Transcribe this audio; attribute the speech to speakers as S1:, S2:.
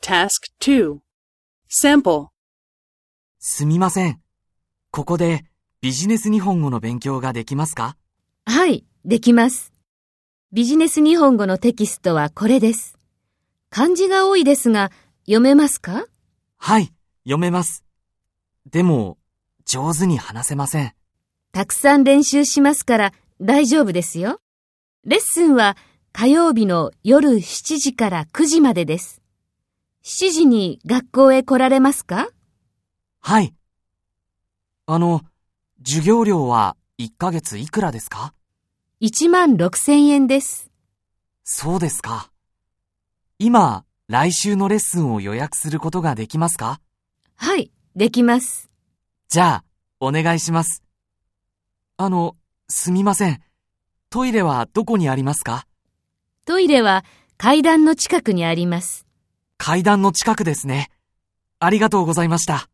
S1: Task 2 Sample
S2: すみません。ここでビジネス日本語の勉強ができますか
S3: はい、できます。ビジネス日本語のテキストはこれです。漢字が多いですが、読めますか
S2: はい、読めます。でも、上手に話せません。
S3: たくさん練習しますから大丈夫ですよ。レッスンは火曜日の夜7時から9時までです。7時に学校へ来られますか
S2: はい。あの、授業料は1ヶ月いくらですか
S3: ?1 万6千円です。
S2: そうですか。今、来週のレッスンを予約することができますか
S3: はい、できます。
S2: じゃあ、お願いします。あの、すみません。トイレはどこにありますか
S3: トイレは階段の近くにあります。
S2: 階段の近くですね。ありがとうございました。